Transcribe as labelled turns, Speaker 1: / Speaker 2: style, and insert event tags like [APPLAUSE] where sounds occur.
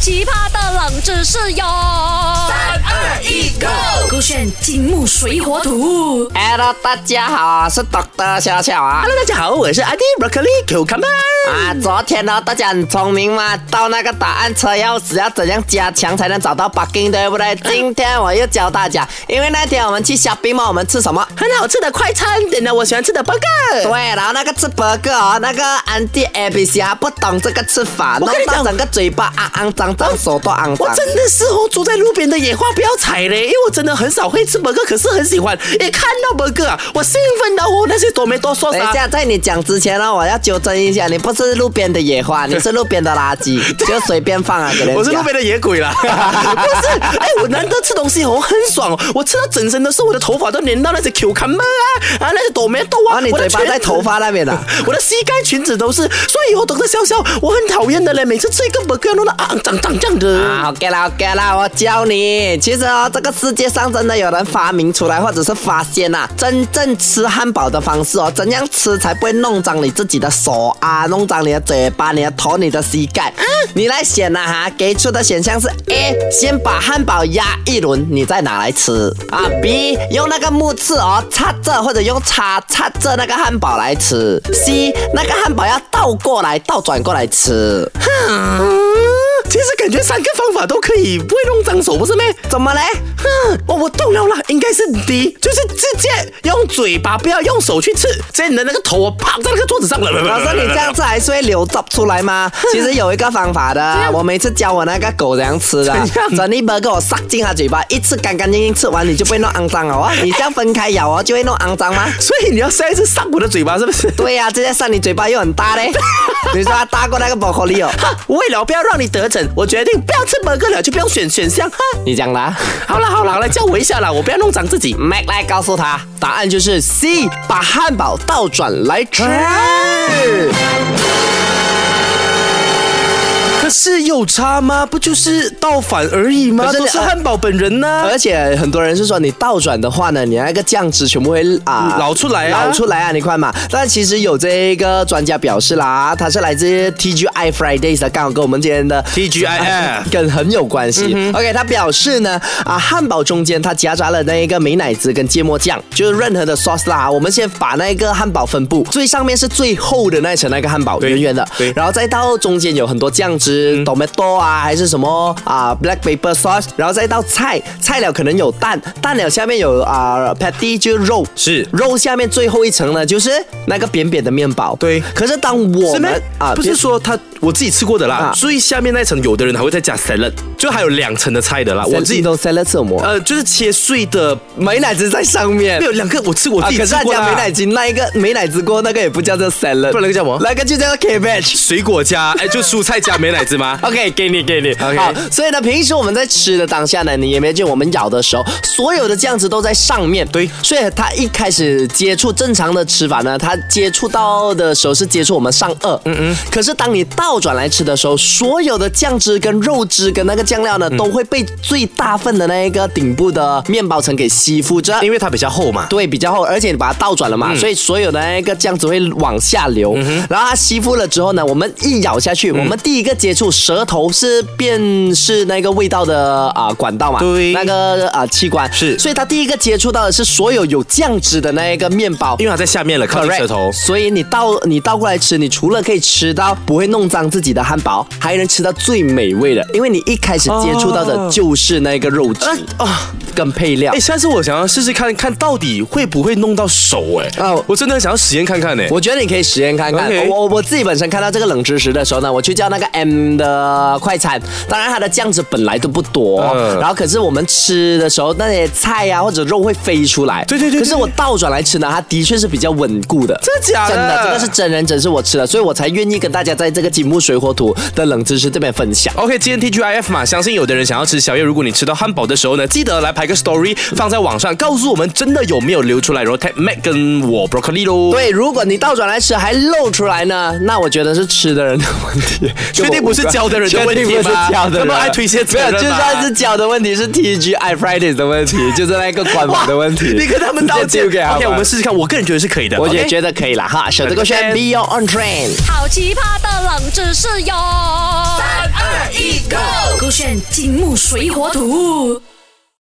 Speaker 1: 奇葩的冷知识哟！三
Speaker 2: 二一，Go！
Speaker 1: 勾选金木水火土。
Speaker 3: Hello，大家好，是 Doctor 小小啊。
Speaker 2: Hello，大家好，我是阿弟 Broccoli Cucumber。
Speaker 3: 啊，昨天呢、大家很聪明嘛，到那个答案车钥匙要怎样加强才能找到 bugging，对
Speaker 2: [LAUGHS]
Speaker 3: 不对？今天我又教大家，因为那天我们去 shopping mall，我们吃什么？
Speaker 2: 很好吃的快餐，点了我喜欢吃的 burger。
Speaker 3: 对，然后那个吃 burger 哦，那个 Auntie ABC 啊，不懂这个吃法，
Speaker 2: 我
Speaker 3: 弄
Speaker 2: 跟你
Speaker 3: 到
Speaker 2: 讲
Speaker 3: 整个嘴巴肮肮脏脏，手都肮
Speaker 2: 我
Speaker 3: 脏。
Speaker 2: 真的是哦，走在路边的野花不要采嘞，因为我真的很少会吃 burger，可是很喜欢。一看到 burger 啊，我兴奋到哦，那些多没多说
Speaker 3: 等一
Speaker 2: 啥。
Speaker 3: 下，在你讲之前呢，我要纠正一下，你不是路边的野花，你是路边的垃
Speaker 2: [LAUGHS]
Speaker 3: 圾，就随便放啊，给人
Speaker 2: 我是
Speaker 3: 家
Speaker 2: 路边的野鬼
Speaker 3: [LAUGHS]
Speaker 2: 啦，但是哎，我难得吃东西哦，很爽哦。我吃到整身都是，我的头发都粘到那些 cucumber 啊，啊那些多没豆啊，
Speaker 3: 哦，你
Speaker 2: 我的
Speaker 3: 嘴巴
Speaker 2: 全
Speaker 3: 在头发那边的、啊。
Speaker 2: 我的膝盖、裙子都是，所以我懂得笑笑，我很讨厌的嘞。每次吃一个 burger 弄得啊肮脏脏这样的。
Speaker 3: 啊，OK 啦，OK 啦，我教你。其实哦，这个世界上真的有人发明出来，或者是发现呐、真正吃汉堡的方式哦，怎样吃才不会弄脏你自己的手啊，弄脏你的嘴巴、你的头、你的膝盖。嗯你来选呐、哈，给出的选项是 A，先把汉堡压一轮，你再拿来吃啊。B，用那个木刺哦插着，或者用叉插着那个汉堡来吃。C，那个汉堡要倒过来、倒转过来吃。
Speaker 2: 嗯，其实感觉三个方法都可以，不会弄脏手，不是咩？
Speaker 3: 怎么嘞？
Speaker 2: 哼，哦，我懂了啦，应该是 D，就是直接用嘴巴，不要用手去吃，所以你的那个头我趴在那个桌子上 [LAUGHS] 了。
Speaker 3: 老师，你这样子还是会留 drop 出来吗？其实有一个方法的，我每次教我那个狗怎样吃的
Speaker 2: 怎样，
Speaker 3: 整一包给我塞进它嘴巴，一次干干净净吃完，你就不会弄肮脏了哦。你这样分开咬哦，就会弄肮脏吗？
Speaker 2: 所以你要下一次上我的嘴巴是不是？
Speaker 3: 对呀、这些上你嘴巴又很大嘞。你说它大过那个 broccoli 哦？
Speaker 2: 哈，为了不要让你得逞，我决定不要吃 burger 了，就不用选选项哈。
Speaker 3: 你讲的、啊。
Speaker 2: 好了好了，好了，叫我一下啦，我不要弄脏自己。
Speaker 3: Mac 来告诉他，答案就是 C，把汉堡倒转来吃。
Speaker 2: 可是有差吗？不就是倒反而已吗
Speaker 3: 可是你呃
Speaker 2: 都是汉堡本人呐、
Speaker 3: 而且很多人是说你倒转的话呢，你那个酱汁全部会啊、
Speaker 2: 嗯老出来啊
Speaker 3: 老出来啊，你看嘛。但其实有这个专家表示啦，他是来自 TGI Fridays 的，刚好跟我们今天的
Speaker 2: TGIF
Speaker 3: [LAUGHS] 跟很有关系。OK，他
Speaker 2: 嗯
Speaker 3: 表示呢，啊，汉堡中间它夹杂了那一个美乃滋跟芥末酱，就是任何的 sauce 啦。我们先把那个汉堡分布，最上面是最厚的那一层那个汉堡，
Speaker 2: 对
Speaker 3: 圆圆的，
Speaker 2: 对
Speaker 3: 然后再到中间有很多酱汁、tomato 啊，还是什么啊 black pepper sauce，然后再到菜，菜了可能有蛋，蛋了下面有啊 patty 就是肉，
Speaker 2: 是
Speaker 3: 肉下面最后一层呢就是那个扁扁的面包。
Speaker 2: 对
Speaker 3: 可是当我
Speaker 2: 是吗
Speaker 3: 们？
Speaker 2: 不是说他我自己吃过的啦，
Speaker 3: 啊
Speaker 2: 最下面那层有的人还会再加 salad，就还有两层的菜的啦。我自己
Speaker 3: 都 salad 什么？
Speaker 2: 呃就是切碎的，
Speaker 3: 美乃滋在上面
Speaker 2: 没。有两个我吃我
Speaker 3: 啊！
Speaker 2: 自己
Speaker 3: 可
Speaker 2: 吃
Speaker 3: 是他
Speaker 2: 过啦。
Speaker 3: 加美乃滋那一个美乃滋锅那个也不叫做 salad，
Speaker 2: 不然那个叫什么
Speaker 3: 那个就叫做 cabbage。
Speaker 2: 水果加 [LAUGHS] 哎就蔬菜加美乃滋吗
Speaker 3: [LAUGHS] OK，给你，给你。
Speaker 2: OK
Speaker 3: 好，所以呢，平时我们在吃的当下呢，你有没有见我们咬的时候，所有的酱汁都在上面？
Speaker 2: 对
Speaker 3: 所以它一开始接触正常的吃法呢，它接触到的时候是接触我们上颚。嗯嗯。可是当你倒转来吃的时候，所有的酱汁跟肉汁跟那个酱料呢，都会被最大份的那一个顶部的面包层给吸附着。
Speaker 2: 因为它比较厚嘛。
Speaker 3: 对，比较厚，而且你把它倒转了
Speaker 2: 嗯
Speaker 3: 嘛，所以所有的那个酱汁会往下流。然后它吸附了之后呢，我们一咬下
Speaker 2: 嗯
Speaker 3: 去，我们第一个接触舌头是便是那个味道的啊、管道嘛，
Speaker 2: 对
Speaker 3: 那个啊、器官
Speaker 2: 是
Speaker 3: 所以它第一个接触到的是所有有酱汁的那一个面包。
Speaker 2: 因为它在下面了，靠近
Speaker 3: Correct 啊
Speaker 2: 舌头。
Speaker 3: 所以你倒你倒过来吃，你除了可以吃到不会弄脏自己的汉堡，还能吃到最美味的，因为你一开始接触到的
Speaker 2: 哦
Speaker 3: 就是那个肉汁
Speaker 2: 呃啊，
Speaker 3: 跟配料
Speaker 2: 哎，。下次我想要试试看看到底会不会弄到手哎、
Speaker 3: 哦
Speaker 2: 我真的很想要实验看看哎、
Speaker 3: 我觉得你可以实验看看。
Speaker 2: OK
Speaker 3: 我我自己本身看到这个冷知识的时候呢，我去叫那个 M 的快餐，当然它的酱汁本来都不多，
Speaker 2: 嗯
Speaker 3: 然后可是我们吃的时候那些菜呀、或者肉会飞出来。
Speaker 2: 对对对对
Speaker 3: 可是我倒转来吃呢，它的确是比较稳固的。
Speaker 2: 真的假的
Speaker 3: 真的，这个是真人真事，我吃了，所以我才愿意跟大家在这个金木水火土的冷知识这边分享。
Speaker 2: OK，今天 TGIF 嘛，相信有的人想要吃宵夜。如果你吃到汉堡的时候呢，记得来拍个 story 放在网上，告诉我们真的有没有流出来。然后 tag Mac 跟我 Broccoli 咯。，
Speaker 3: 对，如果你倒转来吃还漏出来呢，那我觉得是吃的人的问 [LAUGHS] 题，
Speaker 2: 确定不是教的人的问题吧
Speaker 3: 确定不是教的人，
Speaker 2: 那
Speaker 3: 啊
Speaker 2: 么爱推卸责任
Speaker 3: 没
Speaker 2: 吧
Speaker 3: 有，就算是教的问题，是 TGI Fridays 的 [LAUGHS] 问题，就是那个官网的问题。
Speaker 2: 你跟他们道
Speaker 3: 直接
Speaker 2: 歉。
Speaker 3: 丢给他
Speaker 2: OK，我们
Speaker 3: 们。
Speaker 2: 试试看，我个人觉得是可以的。
Speaker 3: 我也
Speaker 2: OK？
Speaker 3: 觉得可以了哈，选择勾选 Be Your On Train。
Speaker 1: 好奇葩的冷知识哟！三二一，Go！选金木水火土。